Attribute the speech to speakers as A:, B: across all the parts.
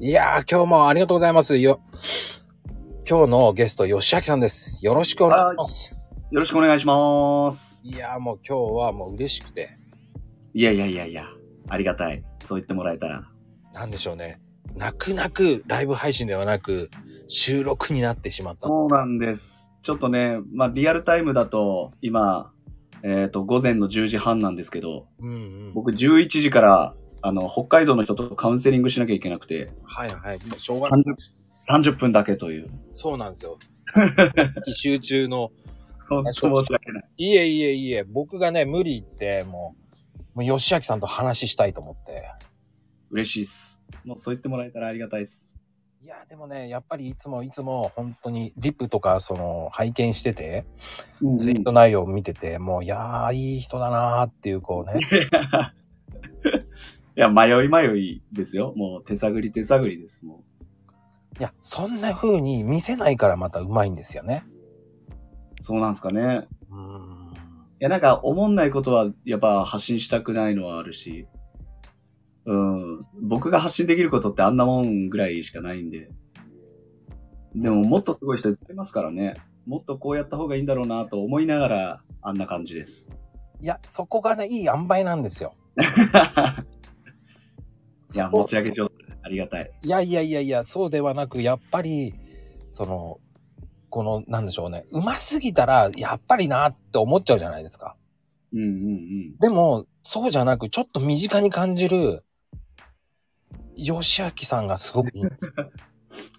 A: いやー、今日もありがとうございます。よ、今日のゲスト、吉明さんです。よろしくお願いします。
B: よろしくお願いします。
A: いやー、もう今日はもう嬉しくて、
B: いやいやいやいや、ありがたい。そう言ってもらえたら。
A: なんでしょうね。泣く泣くライブ配信ではなく、収録になってしまった。
B: そうなんです。ちょっとね、まあ、リアルタイムだと、今、えっ、と、午前の10時半なんですけど、
A: うんうん。
B: 僕11時から、あの、北海道の人とカウンセリングしなきゃいけなくて、
A: はいはい。しょうがない。
B: 30, 30分だけという。
A: そうなん ですよ。集中の。
B: 本当申し訳ない。
A: いえいえいえ、僕がね、無理言って、もう、もう吉明さんと話したいと思って。
B: 嬉しいっす。もうそう言ってもらえたらありがたいっす。
A: いや、でもね、やっぱりいつもいつも本当にリップとかその拝見してて、
B: うん
A: ツイート内容を見てて、もう、いやー、いい人だなーっていう、こ うね。
B: いや、迷い迷いですよ。もう手探り手探りです。も
A: いや、そんな風に見せないからまたうまいんですよね。
B: うそうなんすかね。
A: うーん。
B: いや、なんか、思んないことは、やっぱ発信したくないのはあるし、うん、僕が発信できることってあんなもんぐらいしかないんで。でも、もっとすごい人いっぱいいますからね。もっとこうやった方がいいんだろうなと思いながら、あんな感じです。
A: いや、そこがね、いい塩梅なんです よ。
B: いや、
A: そこ
B: 持ち上げ上手。ありがたい。
A: いやいやいやいや、そうではなく、やっぱり、その、この、なんでしょうね。うますぎたら、やっぱりなーって思っちゃうじゃないですか。
B: うんうん
A: でも、そうじゃなく、ちょっと身近に感じる、吉明さんがすごくいいんですよ。
B: うん。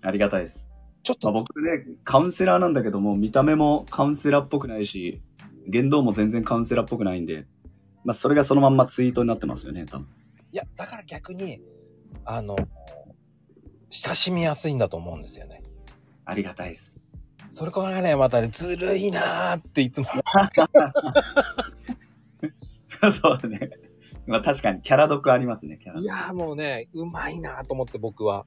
B: ありがたいです。
A: ちょっ
B: まあ、
A: と、
B: 僕ね、カウンセラーなんだけども、見た目もカウンセラーっぽくないし、言動も全然カウンセラーっぽくないんで、まあ、それがそのまんまツイートになってますよね、多分。
A: いや、だから逆に、あの、親しみやすいんだと思うんですよね。
B: ありがたいです。
A: それこがね、またね、ずるいなーっていつも。
B: そうだね。まあ確かにキャラ毒ありますね、キャラ
A: い
B: 毒。
A: やーもうね、うまいなーと思って僕は。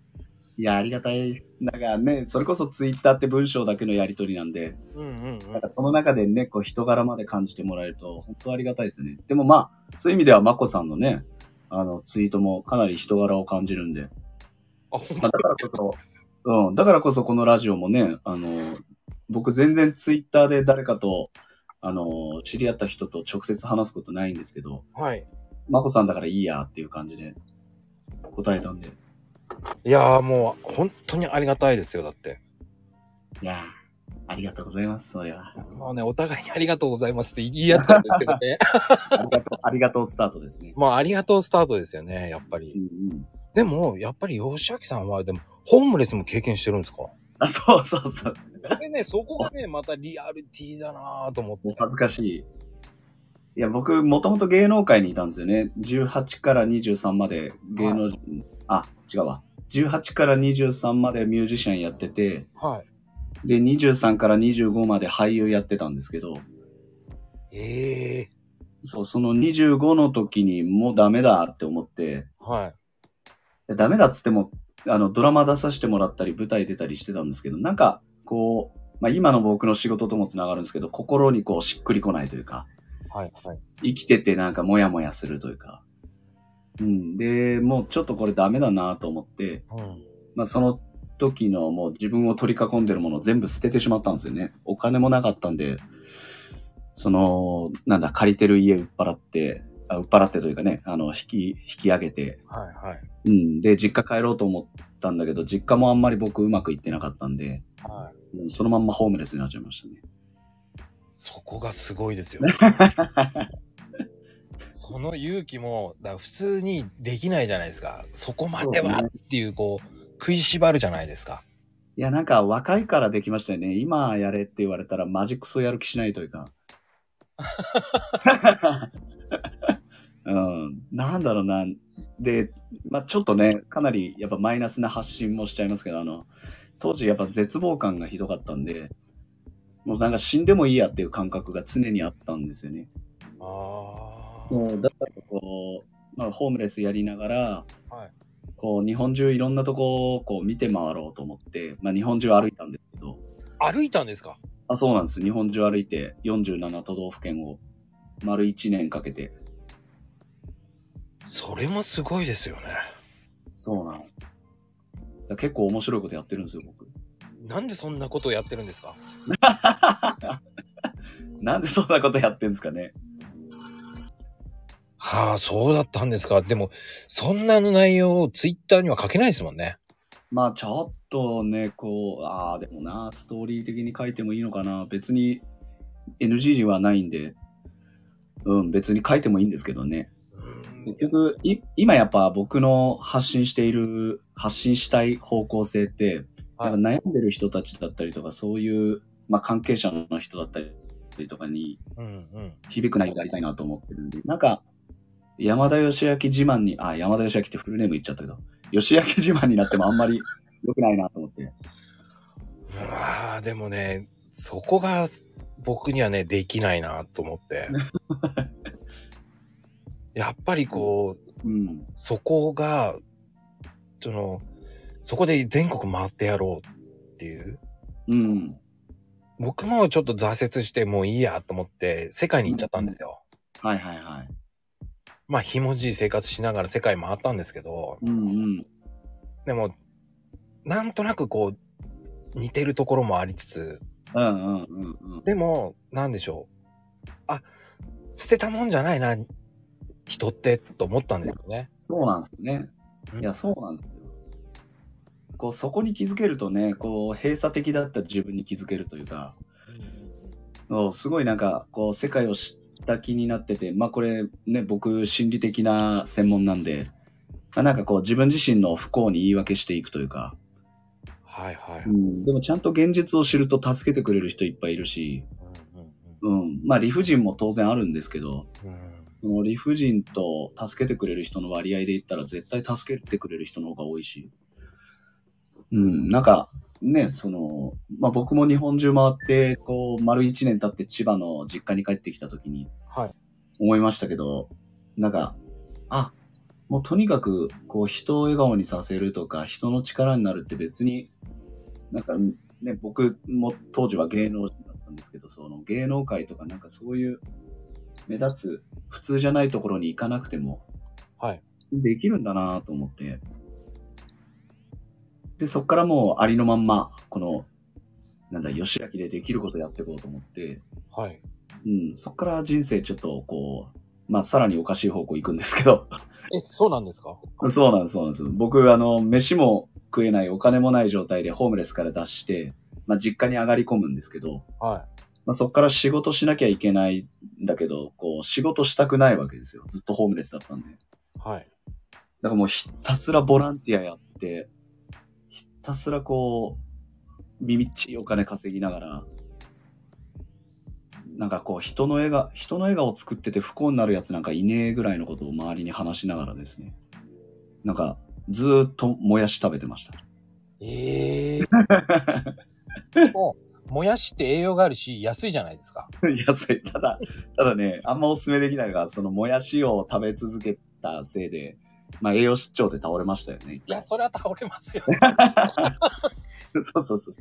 B: いや、ありがたい。なんかね、それこそツイッターって文章だけのやりとりなんで、
A: うんうんう
B: なん
A: ん。
B: かその中でね、こう人柄まで感じてもらえると、本当ありがたいですね。でもまあ、そういう意味ではまこさんのね、あの、ツイートもかなり人柄を感じるんで、ま
A: あ、ほん
B: あだからこそ、うん、だからこそこのラジオもね、あの、僕全然ツイッターで誰かと、あの、知り合った人と直接話すことないんですけど、
A: はい。
B: まこさんだからいいやっていう感じで答えたんで、
A: いやーもう、本当にありがたいですよ、だって。
B: いやーありがとうございます、それは。
A: もうね、お互いにありがとうございますって言い合ったんですけどね。
B: ありがとう、 ありがとうスタートですね。
A: まあ、ありがとうスタートですよね、やっぱり
B: う。んうん。
A: でも、やっぱり吉明さんは、でも、ホームレスも経験してるんですか
B: あ、そうそうそう。
A: でね、そこがね、またリアリティだなぁと思って
B: お。恥ずかしい。いや、僕、もともと芸能界にいたんですよね。18から23まで芸能人、あ、違うわ。18から23までミュージシャンやってて、
A: は
B: で、23から25まで俳優やってたんですけど、
A: い。ええ
B: そう、その25の時にもうダメだって思って、
A: はい。
B: いやダメだっつっても、あの、ドラマ出させてもらったり、舞台出たりしてたんですけど、なんか、こう、まあ、今の僕の仕事ともつながるんですけど、心にこう、しっくりこないというか、
A: はい。はい。
B: 生きててなんかモヤモヤするというか、うん。で、もうちょっとこれダメだなと思って、
A: うん。
B: まあ、その時のもう自分を取り囲んでるものを全部捨ててしまったんですよね。お金もなかったんで、その、なんだ、借りてる家売っ払って、あ売っ払ってというかね、あの、引き、引き上げて、
A: はい。はい。
B: うん。で、実家帰ろうと思ったんだけど、実家もあんまり僕うまくいってなかったんで、
A: はい。
B: うんそのまんまホームレスになっちゃいましたね。
A: そこがすごいですよ。 その勇気も、だから普通にできないじゃないですか。そこまでは
B: そう
A: っていう、こう、食いしばるじゃないですか。
B: いや、なんか若いからできましたよね。今やれって言われたらマジクソやる気しないというか。 うん、なんだろうな。で、まあ、ちょっとね、かなりやっぱマイナスな発信もしちゃいますけど、あの、当時やっぱ絶望感がひどかったんで、もうなんか死んでもいいやっていう感覚が常にあったんですよね。
A: あ
B: もうだからこう、まあ、ホームレスやりながら、
A: はい
B: こう日本中いろんなとこをこう見て回ろうと思って、まあ、日本中歩いたんですけど
A: あ。歩いたんですか
B: あそうなんです日本中歩いて47都道府県を丸1年かけて
A: それもすごいですよね。
B: そうなんですから結構面白いことやってるんですよ、僕。
A: なんでそんなことをやってるんですか
B: なんでそんなことやってんですかね。
A: はあ、そうだったんですか。でも、そんなの内容をツイッターには書けないですもんね。
B: まあちょっとね、こう、ああ、でもな、ストーリー的に書いてもいいのかな。別に NG 人はないんで、うん、別に書いてもいいんですけどね。結局、い今やっぱ僕の発信している、発信したい方向性って、
A: はい
B: やっぱ悩んでる人たちだったりとか、そういう、まあ関係者の人だったりとかに
A: うんうん。
B: 響く内容でありたいなと思ってるんで、なんか、山田義明自慢に、あ、山田義明ってフルネーム言っちゃったけど、義明自慢になってもあんまり 良くないなと思って。
A: まあ、でもね、そこが僕にはね、できないなと思って。やっぱりこう、
B: うん。
A: そこが、その、そこで全国回ってやろうっていう。
B: うん。
A: 僕もちょっと挫折してもういいやと思って世界に行っちゃったんですよ。
B: はいはいはい。
A: まあ、ひもじい生活しながら世界回ったんですけど、
B: うんうん。
A: でも、なんとなくこう、似てるところもありつつ、
B: うんうんうんうん。
A: でも、なんでしょう。あ、捨てたもんじゃないな、人って、と思ったんですよね。
B: そうなんですよね
A: う。ん
B: いや、そうなんですよ。こう、そこに気づけるとね、こう、閉鎖的だった自分に気づけるというか、もうすごいなんか、こう、世界を知った気になってて、まあこれね、僕、心理的な専門なんで、まあ、なんかこう、自分自身の不幸に言い訳していくというか、
A: はいはい。
B: うん、でもちゃんと現実を知ると助けてくれる人いっぱいいるし、うん、まあ理不尽も当然あるんですけど、その理不尽と助けてくれる人の割合で言ったら絶対助けてくれる人の方が多いし。うん、なんか、ね、その、まあ、僕も日本中回って、こう、丸一年経って千葉の実家に帰ってきた時に
A: はい。
B: 思いましたけど、なんか、あ、もうとにかく、こう、人を笑顔にさせるとか、人の力になるって別に、なんかね、僕も当時は芸能人だったんですけど、その芸能界とかなんかそういう目立つ普通じゃないところに行かなくても、
A: はい。
B: できるんだなと思って。で、そっからもうありのまんま、この、なんだ、吉明でできることやっていこうと思って、
A: はい。
B: うん、そっから人生ちょっとこう、まあ、さらにおかしい方向行くんですけど、
A: え、そうなんですか
B: そうなんです、そうなんです。僕、あの、飯も食えない、お金もない状態でホームレスから脱して、まあ、実家に上がり込むんですけど、
A: は
B: まあ、そっから仕事しなきゃいけないんだけど、こう、仕事したくないわけですよ。ずっとホームレスだったんで。
A: い。はい。
B: だからもうひたすらボランティアやって、ひたすらこう、みみっちいお金稼ぎながら、なんかこう人の笑顔、人の笑顔を作ってて不幸になるやつなんかいねえぐらいのことを周りに話しながらですね。なんかずーっともやし食べてました。
A: ええ もう、もやしって栄養があるし、安いじゃないですか。
B: 野菜、ただ、ただね、あんまおすすめできないのが、そのもやしを食べ続けたせいで、まあ栄養失調で倒れましたよね。
A: いや、それは倒れますよ。
B: そうそうそう。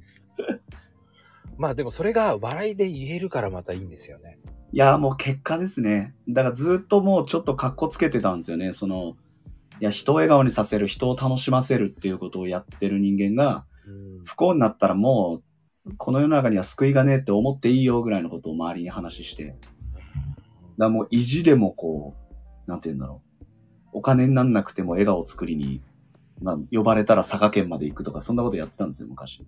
A: まあでもそれが笑いで言えるからまたいいんですよね。
B: いやー、もう結果ですね。だからずっともうちょっと格好つけてたんですよね。その、いや、人を笑顔にさせる、人を楽しませるっていうことをやってる人間が、不幸になったらもう、この世の中には救いがねえって思っていいよぐらいのことを周りに話して。だからもう意地でもこう、なんて言うんだろう。お金になんなくても笑顔を作りに、まあ、呼ばれたら佐賀県まで行くとか、そんなことやってたんですよ、昔。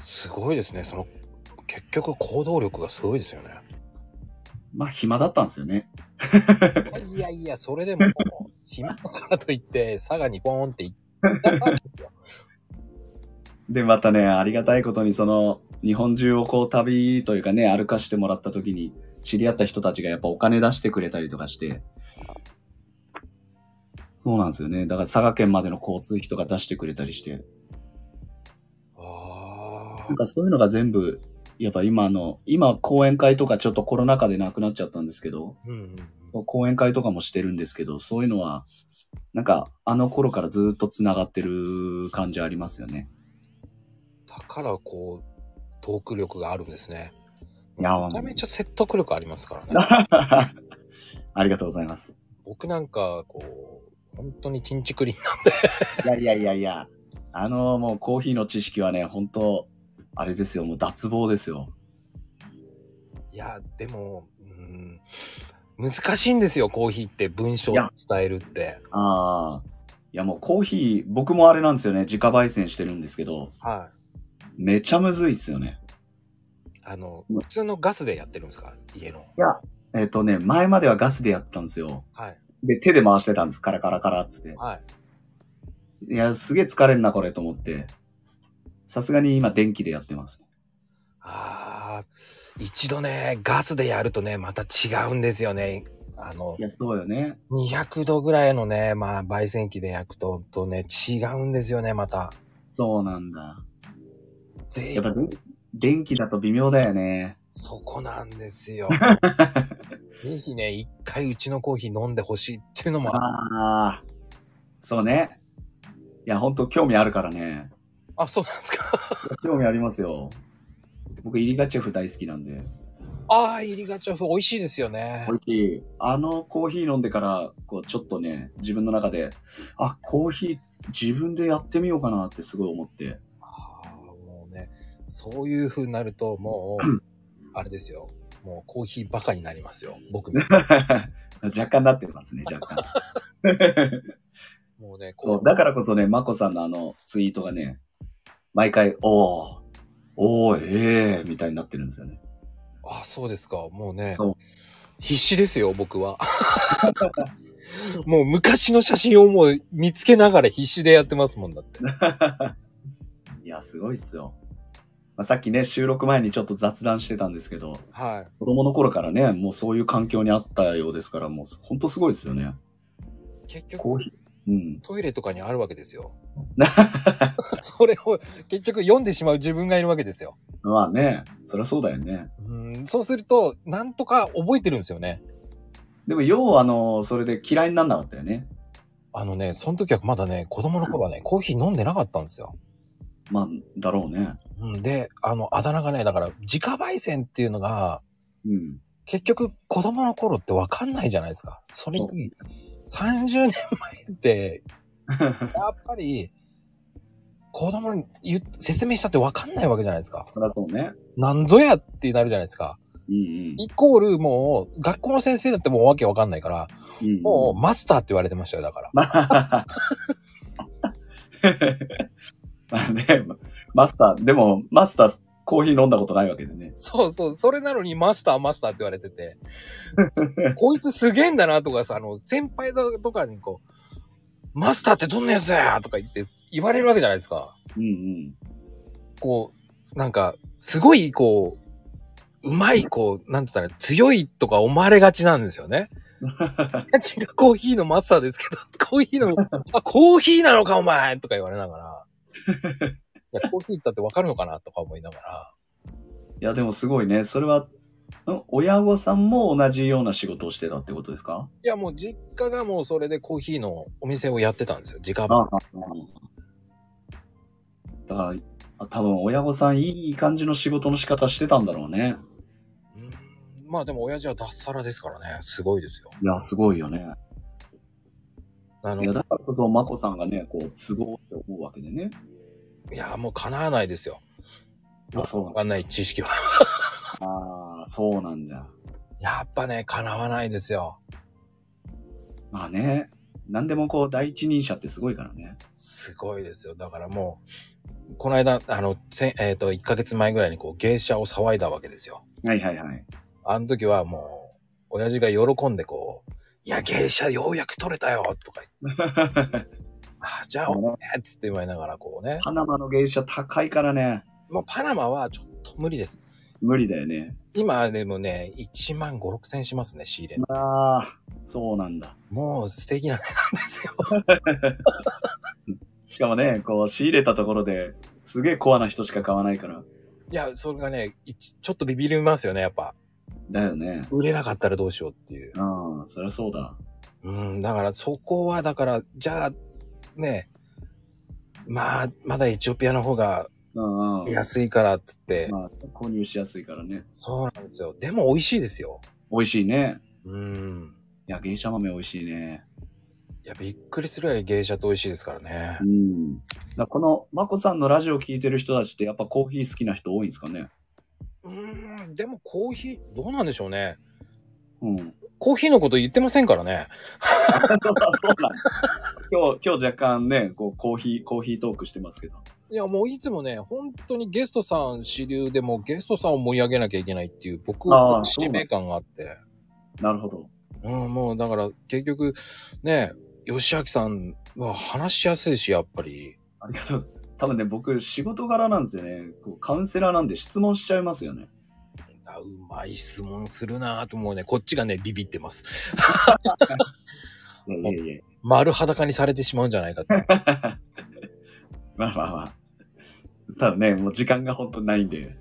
A: すごいですね。その、結局行動力がすごいですよね。
B: まあ、暇だったんですよね。
A: いやいや、それでも、暇だからといって、佐賀にポーンって行ったんですよ。
B: で、またね、ありがたいことに、その、日本中をこう旅というかね、歩かしてもらった時に、知り合った人たちがやっぱお金出してくれたりとかして、そうなんですよね。だから佐賀県までの交通費とか出してくれたりして、
A: あ
B: なんかそういうのが全部、やっぱ今の、今講演会とかちょっとコロナ禍でなくなっちゃったんですけど、
A: うん
B: 講演会とかもしてるんですけど、そういうのは、なんかあの頃からずっと繋がってる感じありますよね。
A: だから、こう、トーク力があるんですね。
B: いや
A: めちゃめちゃ説得力ありますからね。
B: ありがとうございます。
A: 僕なんか、こう、本当にチンチクリン
B: いやいやいやいや、あの、もうコーヒーの知識はね、本当あれですよ、もう脱帽ですよ。
A: いや、でも、うん、難しいんですよ、コーヒーって文章
B: い
A: で
B: や
A: 伝えるって。
B: ああ。いやもうコーヒー、僕もあれなんですよね、自家焙煎してるんですけど、
A: は
B: めちゃむずいっすよね。
A: い。あの、
B: うん
A: 普通のガスでやってるんですか家の。
B: えっ、とね、前まではガスでやったんですよ。
A: はい。
B: で、手で回してたんです。カラカラカラっつって。
A: はい。
B: いや、すげえ疲れんな、これと思って。さすがに今電気でやってます。
A: ああ、一度ね、ガスでやるとね、また違うんですよね。あの
B: い、や、そうよね。
A: 200度ぐらいのね、まあ、焙煎機で焼くと、とね、違うんですよね、また。
B: そうなんだ。
A: で
B: やっぱ、で電気だと微妙だよね。
A: そこなんです よ。ぜひね、一回うちのコーヒー飲んでほしいっていうのも、あ
B: ああ。そうね。いや、ほんと興味あるからね。
A: そうなんですか。
B: 興味ありますよ。僕、イリガチェフ大好きなんで。
A: ああ、入りがちは美味しいですよね
B: 美。味しい。あのコーヒー飲んでから、こう、ちょっとね、自分の中で、あ、コーヒー自分でやってみようかなってすごい思って。
A: ああ、もうね、そういう風になると、も う、あれですよ。もうコーヒーバカになりますよ。僕 も。
B: 若干なってますね、若干。
A: もうね、こ
B: そう、だからこそね、まこさんのあのツイートがね、毎回、おー、おー、ええー、みたいになってるんですよね。
A: あ、そうですか。もうね
B: そう、
A: 必死ですよ、僕は。 もう昔の写真をもう見つけながら必死でやってますもんだって。
B: いや、すごいっすよ。まあ、さっきね、収録前にちょっと雑談してたんですけど、
A: は
B: 子供の頃からね、もうそういう環境にあったようですから、もうほんとすごいですよね。
A: い。結
B: コ
A: 局、
B: ーヒー。うん。
A: トイレとかにあるわけですよ。 それを結局読んでしまう自分がいるわけですよ。
B: まあね、そりゃそうだよね。
A: うんそうすると、なんとか覚えてるんですよね。
B: でも、ようあの、それで嫌いになんなかったよね。
A: あのね、その時はまだね、子供の頃はね、コーヒー飲んでなかったんですよ。
B: まあ、だろうね。
A: うん、で、あの、あだ名がね、だから、自家焙煎っていうのが、
B: うん。
A: 結局子供の頃ってわかんないじゃないですか。それに、30年前って、やっぱり、子供に言っ説明したってわかんないわけじゃないですか。
B: そりゃそうね。
A: なんぞやってなるじゃないですか。
B: うんうん
A: イコールもう、学校の先生だってもうわけわかんないから、
B: うんうん。
A: もうマスターって言われてましたよ、だから。
B: まあ、まあね、 マスター、でも、マスター、コーヒー飲んだことないわけでね。
A: そうそう、それなのにマスターマスターって言われてて、こいつすげえんだなとかさ、あの、先輩だとかにこう、マスターってどんなやつやとか言って言われるわけじゃないですか。
B: うんうん。
A: こう、なんか、すごい、こう、うまい、こう、なんて言ったら、強いとか思われがちなんですよ ね。違う、コーヒーのマスターですけど、コーヒーの、あ、コーヒーなのかお前とか言われながら、いや、コーヒーだってわかるのかなとか思いながら、
B: いや、でもすごいね。それは、ん親御さんも同じような仕事をしてたってことですか
A: いや、もう実家がもうそれでコーヒーのお店をやってたんですよ、自家
B: あ
A: 焙
B: あ。だからあ、多分親御さんいい感じの仕事の仕方してたんだろうね。
A: うんまあでも親父は脱サラですからね、すごいですよ。
B: いや、すごいよね。
A: あの、
B: い
A: い
B: や、だからこそ、まこさんがね、こう、都合って思うわけでね。
A: や、もう叶わないですよ。
B: あ、そうな
A: わ
B: んだ。
A: かんない知識は。
B: ああ、そうなんだ。
A: やっぱね、叶わないですよ。
B: まあね、何でもこう、第一人者ってすごいからね。
A: すごいですよ。だからもう、この間、あの、せんえっ、と、1ヶ月前ぐらいにこう、芸者を騒いだわけですよ。
B: はいはいはい。
A: あの時はもう、親父が喜んでこう、いや、芸者ようやく取れたよとか言って、あ、じゃあ、おめえっつって言いながらこうね、
B: パナマの芸者高いからね、
A: もうパナマはちょっと無理です。
B: 無理だよね。
A: 今でもね、1万5、6千しますね、仕入れ。
B: ああ、そうなんだ。
A: もう素敵な値段ですよ。
B: しかもね、こう、仕入れたところで、すげえコアな人しか買わないから。
A: いや、それがね、いちちょっとビビりますよね、やっぱ。
B: だよね。
A: 売れなかったらどうしようっていう。
B: うん、そりゃそうだ。
A: うん、だからそこは、だから、じゃあ、ね、まあ、まだエチオピアの方が
B: うんうん。
A: 安いからって言って、
B: まあ、購入しやすいからね。
A: そうなんですよ。でも美味しいですよ。
B: 美味しいね。
A: うん。
B: いや、芸者豆美味しいね。
A: いや、びっくりするぐらい芸者って美味しいですからね
B: う。ん。だからこの、まこさんのラジオ聞いてる人たちって、やっぱコーヒー好きな人多いんですかね。
A: うーん、でもコーヒー、どうなんでしょうね。
B: うん。
A: コーヒーのこと言ってませんからね。
B: そうなん今日、今日若干ね、こう、コーヒー、コーヒートークしてますけど。
A: いや、もういつもね、本当にゲストさん主流でもうゲストさんを盛り上げなきゃいけないっていう僕
B: あ
A: の
B: ー
A: 使
B: そうなんだ
A: 命感があって。
B: なるほど。
A: うん、もうだから結局、ね、吉明さんは話しやすいし、やっぱり。
B: ありがとう。多分ね、僕、仕事柄なんですよね。こうカウンセラーなんで質問しちゃいますよね。
A: あうまい質問するなぁと思うね。こっちがね、ビビってます。
B: いやいやいや。
A: 丸裸にされてしまうんじゃないかって。
B: まあまあまあ。ただね、もう時間が本当にないんで、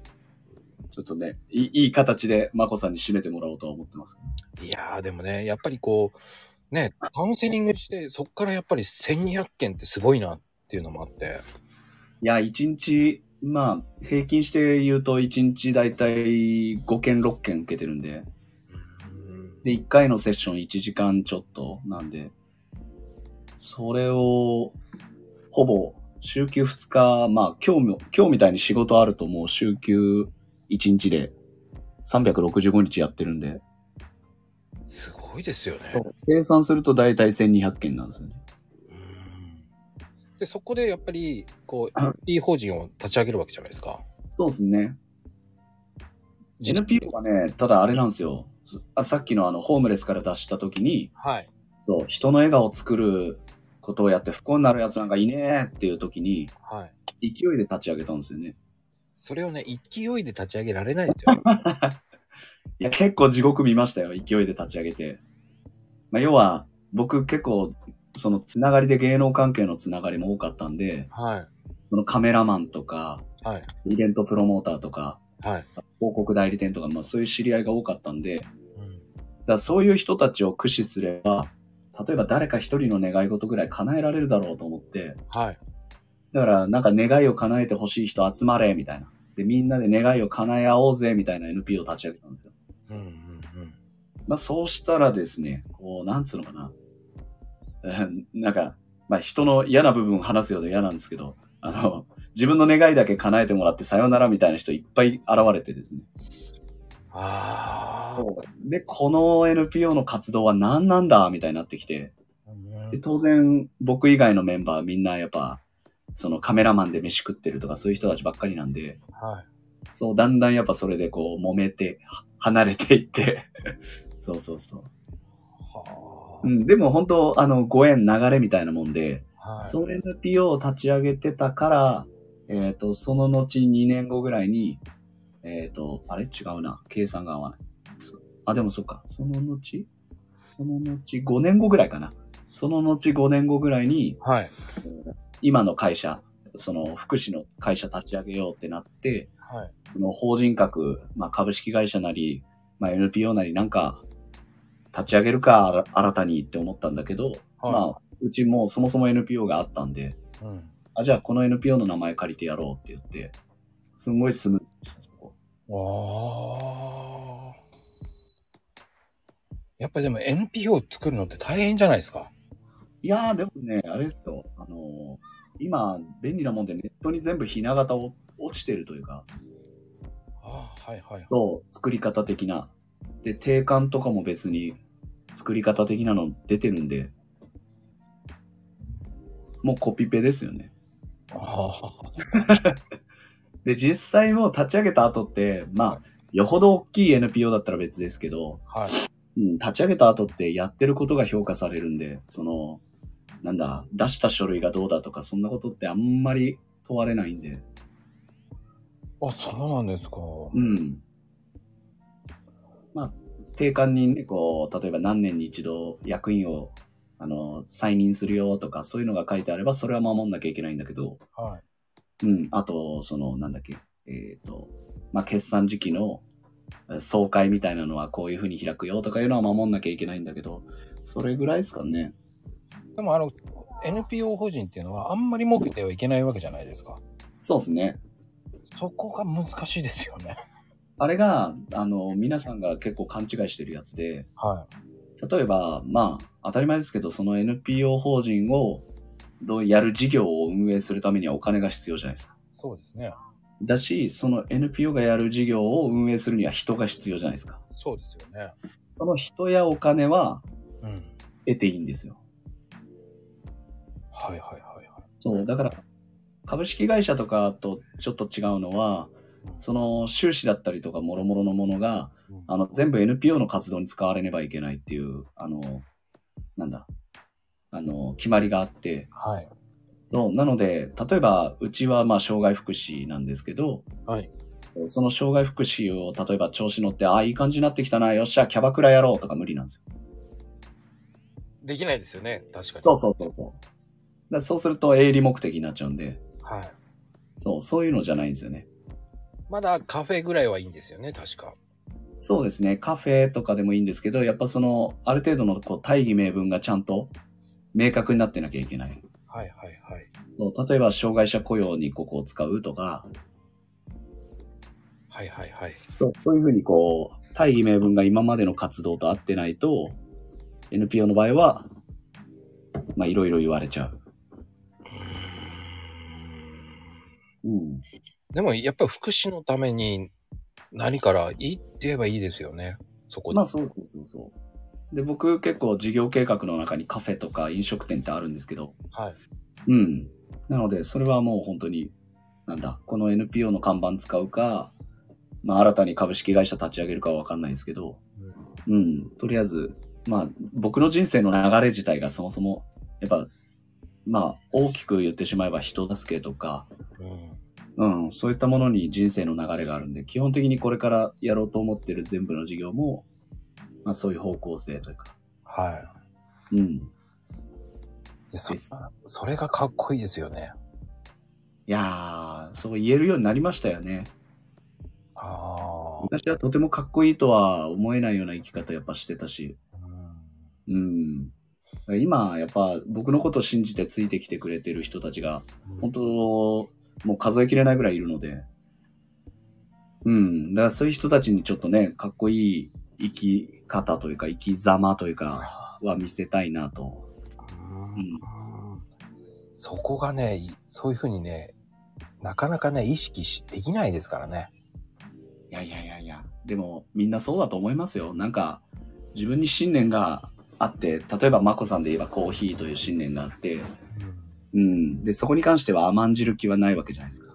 B: ちょっとね、いいいい形でまこさんに締めてもらおうとは思ってます。
A: いやー、でもね、やっぱりこう、ね、カウンセリングして、そっからやっぱり1200件ってすごいなっていうのもあって。
B: いや、一日、まあ、平均して言うと一日だいたい5件、6件受けてるんで、
A: うん
B: で、1回のセッション1時間ちょっとなんで、それを、ほぼ、週休2日、まあ、今日も、今日みたいに仕事あるともう週休1日で、365日やってるんで、
A: すごいですよね。
B: 計算すると大体1200件なんですよね。
A: で、そこでやっぱり、こう
B: あ、
A: NP 法人を立ち上げるわけじゃないですか。
B: そうですね。
A: 実
B: NPO はね、ただあれなんですよ。あさっきのあの、ホームレスから脱した時に、
A: はい。
B: そう、人の笑顔を作ることをやって不幸になるやつなんかいねえっていう時に、
A: はい。
B: 勢いで立ち上げたんですよね。
A: それをね、勢いで立ち上げられないです よ。
B: いや、結構地獄見ましたよ。勢いで立ち上げて。まあ、要は、僕結構、そのつながりで芸能関係のつながりも多かったんで、
A: は
B: そのカメラマンとか、
A: い。はい。
B: イベントプロモーターとか、
A: はい。
B: 広告代理店とか、まあそういう知り合いが多かったんで、だか
A: うん
B: らそういう人たちを駆使すれば、例えば誰か一人の願い事ぐらい叶えられるだろうと思って、
A: はい。
B: だからなんか願いを叶えてほしい人集まれ、みたいな。で、みんなで願いを叶え合おうぜ、みたいな NPO を立ち上げたんですよ。
A: うんうんうん。
B: まあ、そうしたらですね、こう、なんつうのかな。うんなんか、まあ、人の嫌な部分を話すようで嫌なんですけど、あの、自分の願いだけ叶えてもらってさよならみたいな人いっぱい現れてですね。
A: ああ。
B: で、この NPO の活動は何なんだみたいになってきて、で当然、僕以外のメンバーみんなやっぱ、そのカメラマンで飯食ってるとかそういう人たちばっかりなんで、
A: はい。
B: そう、だんだんやっぱそれでこう、揉めて、は離れていって、 そうそうそう。
A: は
B: うん、でも本当、あの、ご縁流れみたいなもんで、
A: あ。はい。
B: その NPO を立ち上げてたから、えっ、と、その後2年後ぐらいに、えっ、と、あれ違うな。計算が合わない。そあ、でもそっか。その後その後5年後ぐらいかな。その後5年後ぐらいに、
A: はい。
B: 今の会社、その福祉の会社立ち上げようってなって、
A: はい。
B: その法人格、まあ、株式会社なり、まあ、NPO なりなんか立ち上げるかあら新たにって思ったんだけど、まあうちもそもそも NPO があったんで
A: うん。
B: あじゃあこの NPO の名前借りてやろうって言ってすんごいスムーズでしたそこ
A: ああ。やっぱりでも NPO 作るのって大変じゃないですか。
B: いやーでもねあれですよあのー今便利なもんでネットに全部ひな形を落ちてるというか
A: ああ、はいはい。
B: そう作り方的なで定款とかも別に作り方的なの出てるんでもうコピペですよね
A: あ
B: で、実際もう立ち上げた後って、まあ、よほど大きい NPO だったら別ですけど、
A: あ。はい。
B: うん、立ち上げた後ってやってることが評価されるんで、その、なんだ、出した書類がどうだとか、そんなことってあんまり問われないんで、
A: あ、そうなんですか。
B: うん。まあ、定款にね、こう、例えば何年に一度役員を、あの、再任するよとか、そういうのが書いてあれば、それは守んなきゃいけないんだけど、
A: はい。
B: うん、あと、その、なんだっけ、えっ、と、まあ、決算時期のえ総会みたいなのはこういうふうに開くよとかいうのは守んなきゃいけないんだけど、それぐらいですかね。
A: でもあの、NPO 法人っていうのはあんまり儲けてはいけないわけじゃないですか。
B: そうですね。
A: そこが難しいですよね。
B: あれが、あの、皆さんが結構勘違いしてるやつで、
A: は
B: 例えば、まあ、当たり前ですけど、その NPO 法人を、どうやる事業を運営するためにはお金が必要じゃないですか。
A: そうですね。
B: だし、その NPO がやる事業を運営するには人が必要じゃないですか。
A: そうですよね。
B: その人やお金は
A: うん。
B: 得ていいんですよ。
A: はいはいはいはい。
B: そう、だから、株式会社とかとちょっと違うのは、その収支だったりとか諸々のものが、
A: うん
B: あの、全部 NPO の活動に使われねばいけないっていう、あの、なんだ、あの、決まりがあって、
A: はい。
B: そう、なので、例えば、うちはまあ、障害福祉なんですけど、
A: はい。
B: その障害福祉を、例えば調子乗って、ああ、いい感じになってきたな、よっしゃ、キャバクラやろうとか無理なんですよ。
A: できないですよね。確かに。
B: そうそうそうそう。だからそうすると、営利目的になっちゃうんで、
A: はい。
B: そう、そういうのじゃないんですよね。
A: まだカフェぐらいはいいんですよね。確か。
B: そうですね。カフェとかでもいいんですけど、やっぱその、ある程度のこう大義名分がちゃんと明確になってなきゃいけない。
A: はいはいはい。
B: そう例えば、障害者雇用にここを使うとか、
A: はいはいはい。
B: そうそういうふうにこう、大義名分が今までの活動と合ってないと、NPO の場合は、まあ、いろいろ言われちゃう。うん。
A: でもやっぱり福祉のために何からいいって言えばいいですよね。そこで。
B: まあ、そうそうそうそう。で、僕結構事業計画の中にカフェとか飲食店ってあるんですけど、
A: はい。
B: うん。なので、それはもう本当に、なんだ、この NPO の看板使うか、まあ、新たに株式会社立ち上げるかはわかんないですけど、うん。とりあえず、まあ、僕の人生の流れ自体がそもそも、やっぱ、まあ、大きく言ってしまえば人助けとか、
A: うん。
B: うん、そういったものに人生の流れがあるんで、基本的にこれからやろうと思ってる全部の事業も、まあ、そういう方向性というか、
A: は
B: うん。
A: い。でそ
B: です
A: それがかっこいいですよね。
B: いやー、そう言えるようになりましたよね。
A: ああ。
B: 私はとてもかっこいいとは思えないような生き方やっぱしてたし、
A: うん
B: うん。今、やっぱ僕のことを信じてついてきてくれてる人たちが、本当、もう数えきれないぐらいいるので、うん。だからそういう人たちにちょっとね、かっこいい生き方というか、生き様というか、は見せたいなと。
A: うんそこがね、いそういうふうにね、なかなかね、意識しできないですからね。
B: いやいやいやいや、でもみんなそうだと思いますよ。なんか、自分に信念があって、例えばマコさんで言えばコーヒーという信念があって、うん。で、そこに関しては甘んじる気はないわけじゃないですか。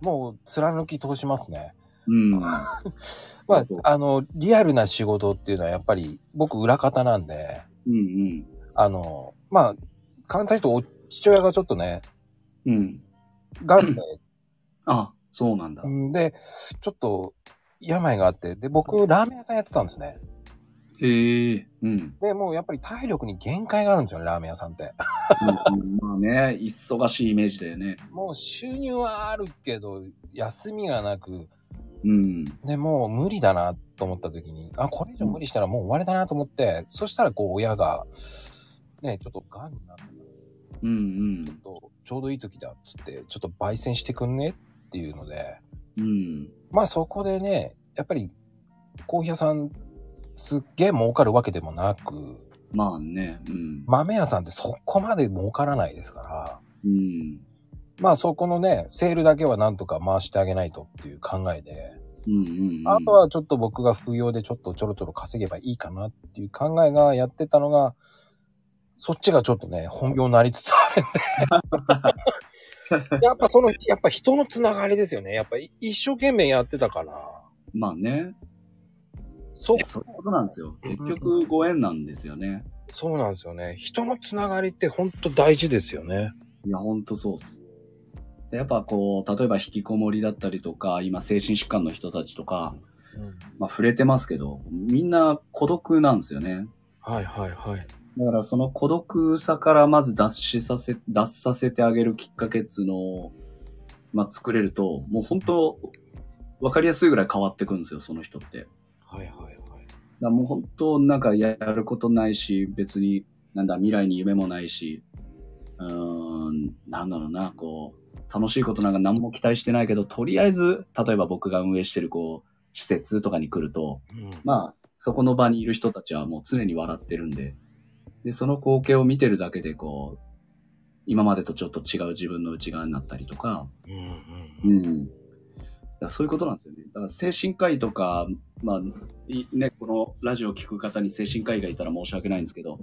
A: もう、貫き通しますね。
B: うん。
A: ま
B: そ
A: あ
B: うそう、
A: あの、リアルな仕事っていうのはやっぱり、僕、裏方なんで、
B: うん
A: あの、まあ、簡単に言うとお、父親がちょっとね、
B: うん。うん。
A: がんで、
B: あ、そうなんだ。
A: うんで、ちょっと、病があって、で、僕、ラーメン屋さんやってたんですね。
B: へえ。うん。うん
A: で、もうやっぱり体力に限界があるんですよね、ラーメン屋さんって。
B: まあね、忙しいイメージだよね。
A: もう収入はあるけど、休みがなく、
B: うん。
A: で、もう無理だなと思った時に、あ、これ以上無理したらもう終わりだなと思って、そしたらこう親が、ね、ちょっと癌になった
B: うん
A: と、ちょうどいい時だっつって、ちょっと焙煎してくんねっていうので、
B: うん。うん。
A: まあそこでね、やっぱり、コーヒー屋さん、すっげえ儲かるわけでもなく、
B: まあね、うん。
A: 豆屋さんってそこまで儲からないですから、
B: うん。
A: まあそこのね、セールだけはなんとか回してあげないとっていう考えで、
B: うんうん、うん。
A: あとは、ちょっと僕が副業でちょっとちょろちょろ稼げばいいかなっていう考えがやってたのが、そっちがちょっとね、本業になりつつあ るんで。やっぱその、やっぱ人のつながりですよね。やっぱい一生懸命やってたから。
B: まあね。
A: そ
B: いうや、、そういうことなんですよ。結局、ご縁なんですよね。
A: そうなんですよね。人のつながりって本当大事ですよね。
B: いや、ほんとそうっす。でやっぱこう、例えば引きこもりだったりとか、今精神疾患の人たちとか、まあ、触れてますけど、みんな孤独なんですよね。
A: はいはいはい。
B: だからその孤独さからまず脱しさせ、脱させてあげるきっかけっつうのを、まあ、作れると、もう本当、わかりやすいぐらい変わってくんですよ、その人って。だか
A: はいはいはい。
B: らもう本当、なんかやることないし、別に、なんだ、未来に夢もないし、うーん、なんだろうな、こう、楽しいことなんか何も期待してないけど、とりあえず、例えば僕が運営してるこう、施設とかに来ると、
A: うん、
B: まあ、そこの場にいる人たちはもう常に笑ってるんで、で、その光景を見てるだけでこう、今までとちょっと違う自分の内側になったりとか、
A: うんう。
B: うんん。だからそういうことなんですよね。だから精神科医とか、まあ、いね、このラジオを聞く方に精神科医がいたら申し訳ないんですけど、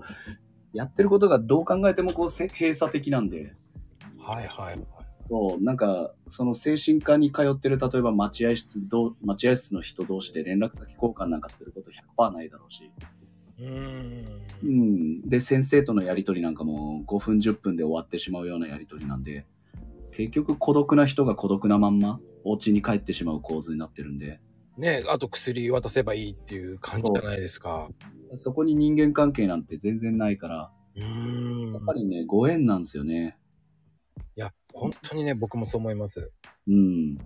B: やってることがどう考えてもこうせ閉鎖的なんで、
A: はいはいはい。
B: そう、なんか、その精神科に通ってる、例えば待合室どう、待合室の人同士で連絡先交換なんかすること100%ないだろうし、
A: うん。
B: うん。で、先生とのやりとりなんかも5分10分で終わってしまうようなやりとりなんで、結局孤独な人が孤独なまんま、お家に帰ってしまう構図になってるんで、
A: ねあと薬渡せばいいっていう感じじゃないですか。
B: そこに人間関係なんて全然ないから、
A: うーん。
B: やっぱりね、ご縁なんですよね。
A: いや、本当にね、僕もそう思います。
B: うん。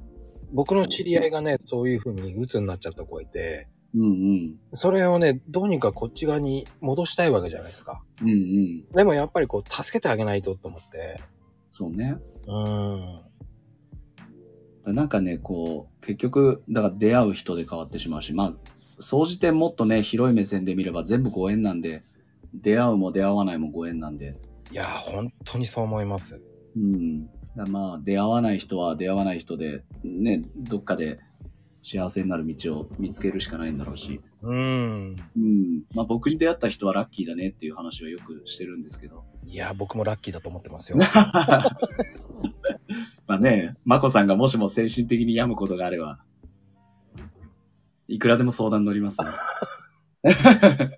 A: 僕の知り合いがね、そういう風に鬱になっちゃった子がいて、
B: うんうん。
A: それをね、どうにかこっち側に戻したいわけじゃないですか。
B: うんうん。
A: でもやっぱりこう、助けてあげないとと思って。
B: そうね。
A: うーん。
B: なんかね、こう、結局、だから出会う人で変わってしまうし、まあ、総じてもっとね、広い目線で見れば全部ご縁なんで、出会うも出会わないもご縁なんで、
A: いや、本当にそう思います。
B: うん。だまあ、出会わない人は出会わない人で、ね、どっかで幸せになる道を見つけるしかないんだろうし、
A: うーん。
B: うん。まあ、僕に出会った人はラッキーだねっていう話はよくしてるんですけど、
A: いや、僕もラッキーだと思って ますよ。
B: まあね、まこさんがもしも精神的に病むことがあれば、いくらでも相談乗りますね。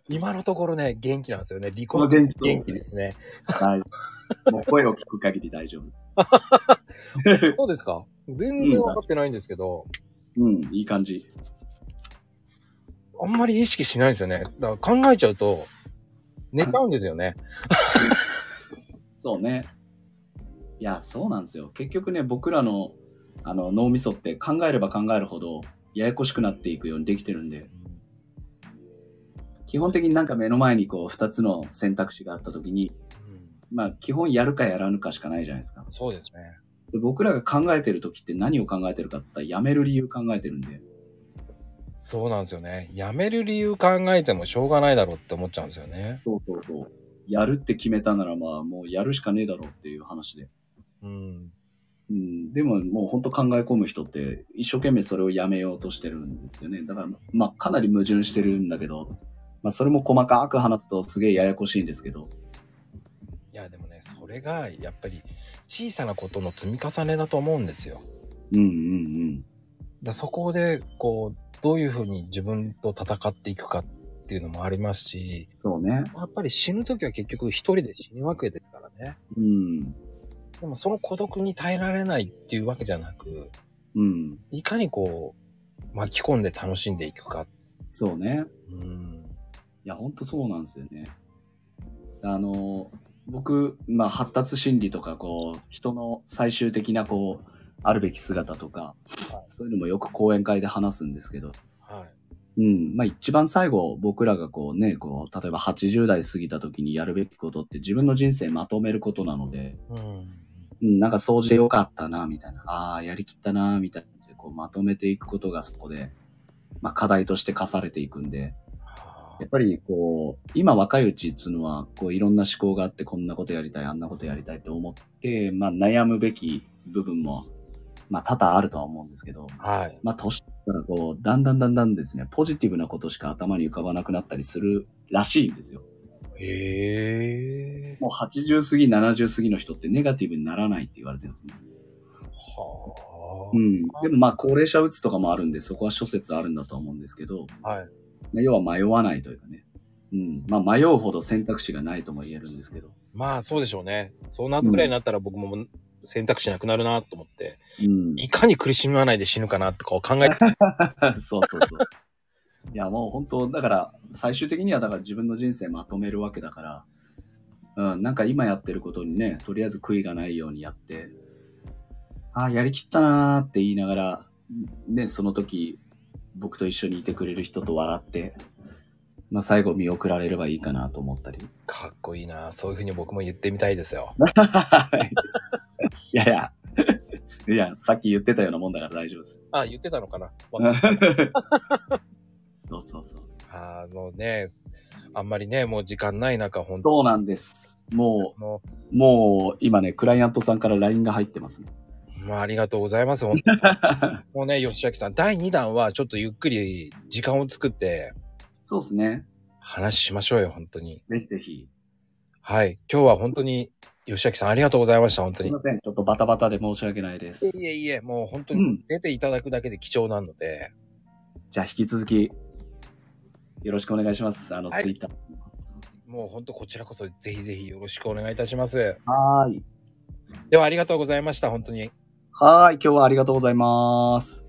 A: 今のところね、元気なんですよね。離
B: この
A: 婚
B: 元気
A: 元気ですね。
B: はい。もう声を聞く限り大丈夫。
A: そうですか全然わかってないんですけど、
B: うん、いい感じ。
A: あんまり意識しないんですよね。だから考えちゃうと、寝ちゃうんですよね。
B: そうね。いや、そうなんですよ。結局ね、僕らのあの脳みそって考えれば考えるほど、ややこしくなっていくようにできてるんで、基本的になんか目の前にこう、二つの選択肢があった時に、
A: うん
B: まあ、基本やるかやらぬかしかないじゃないですか。
A: そうですね。
B: で僕らが考えてる時って何を考えてるかって言ったら、やめる理由考えてるんで、
A: そうなんですよね。辞める理由考えてもしょうがないだろうって思っちゃうんですよね。
B: そうそうそう。やるって決めたならまあもうやるしかねえだろうっていう話で。
A: うん。
B: うん、でももう本当考え込む人って一生懸命それをやめようとしてるんですよね。だからまあかなり矛盾してるんだけど、まあそれも細かく話すとすげえややこしいんですけど。
A: いや、でもね、それがやっぱり小さなことの積み重ねだと思うんですよ。
B: うんうんうん。
A: だそこで、こう、どういうふうに自分と戦っていくかっていうのもありますし、
B: そうね。
A: やっぱり死ぬときは結局一人で死ぬわけですからね。
B: うん。
A: でもその孤独に耐えられないっていうわけじゃなく、
B: うん。
A: いかにこう、巻き込んで楽しんでいくか。
B: そうね。
A: うん。
B: いや、ほんとそうなんですよね。あの、僕、まあ、発達心理とか、こう、人の最終的な、こう、あるべき姿とか、そういうのもよく講演会で話すんですけど、
A: はい。
B: うん、まあ、一番最後、僕らがこうね、こう、例えば80代過ぎた時にやるべきことって自分の人生まとめることなので、
A: うん。
B: うん、なんか掃除でよかったな、みたいな、ああ、やりきったな、みたいな感じで、こう、まとめていくことがそこで、まあ、課題として課されていくんで、
A: はあ
B: やっぱりこう、今若いうちっつうのは、こういろんな思考があって、こんなことやりたい、あんなことやりたいと思って、まあ悩むべき部分も、まあ多々あるとは思うんですけど、
A: はい。
B: まあ年取ったらこう、だんだんだんだんですね、ポジティブなことしか頭に浮かばなくなったりするらしいんですよ。
A: へえ。
B: もう80過ぎ、70過ぎの人ってネガティブにならないって言われてるんですね。
A: は
B: うん。でもまあ高齢者うつとかもあるんで、そこは諸説あるんだとは思うんですけど、
A: あ。はい。
B: まあ要は迷わないというかね。うん。まあ迷うほど選択肢がないとも言えるんですけど。
A: まあそうでしょうね。そうなったぐらいになったら僕も選択肢なくなるなと思って、
B: うん。
A: いかに苦しみはないで死ぬかなとかを考 えて、
B: そうそうそう。いや、もう本当、だから、最終的には、だから自分の人生まとめるわけだから、うん、なんか今やってることにね、とりあえず悔いがないようにやって、ああ、やりきったなーって言いながら、ね、その時、僕と一緒にいてくれる人と笑って、まあ最後見送られればいいかなと思ったり。
A: かっこいいな。そういうふうに僕も言ってみたいですよ。
B: いやいや、 いや、さっき言ってたようなもんだから大丈夫です。
A: あ、言ってたのかな。
B: そうそうそうそう。
A: あのね、あんまりね、もう時間ない中、本当
B: そうなんです。も
A: も
B: う、もう、今ね、クライアントさんから LINE が入ってますね。
A: う、まあ、ありがとうございます。本当に もうね、吉明さん、第2弾はちょっとゆっくり時間を作って
B: そうですね。
A: 話しましょうよ、本当に。
B: ぜひぜひ。
A: はい。今日は本当に、吉明さん、ありがとうございました、本当
B: すい
A: に。
B: ません。ちょっとバタバタで申し訳ないです。
A: いえいえ、もう本当
B: う
A: に
B: ん。
A: 出ていただくだけで貴重なので、
B: じゃあ、引き続き、よろしくお願いします。あの、
A: はい
B: ツイッター。
A: もう本当こちらこそぜひぜひよろしくお願いいたします。
B: はーい。
A: ではありがとうございました、本当に。
B: はーい。今日はありがとうございます。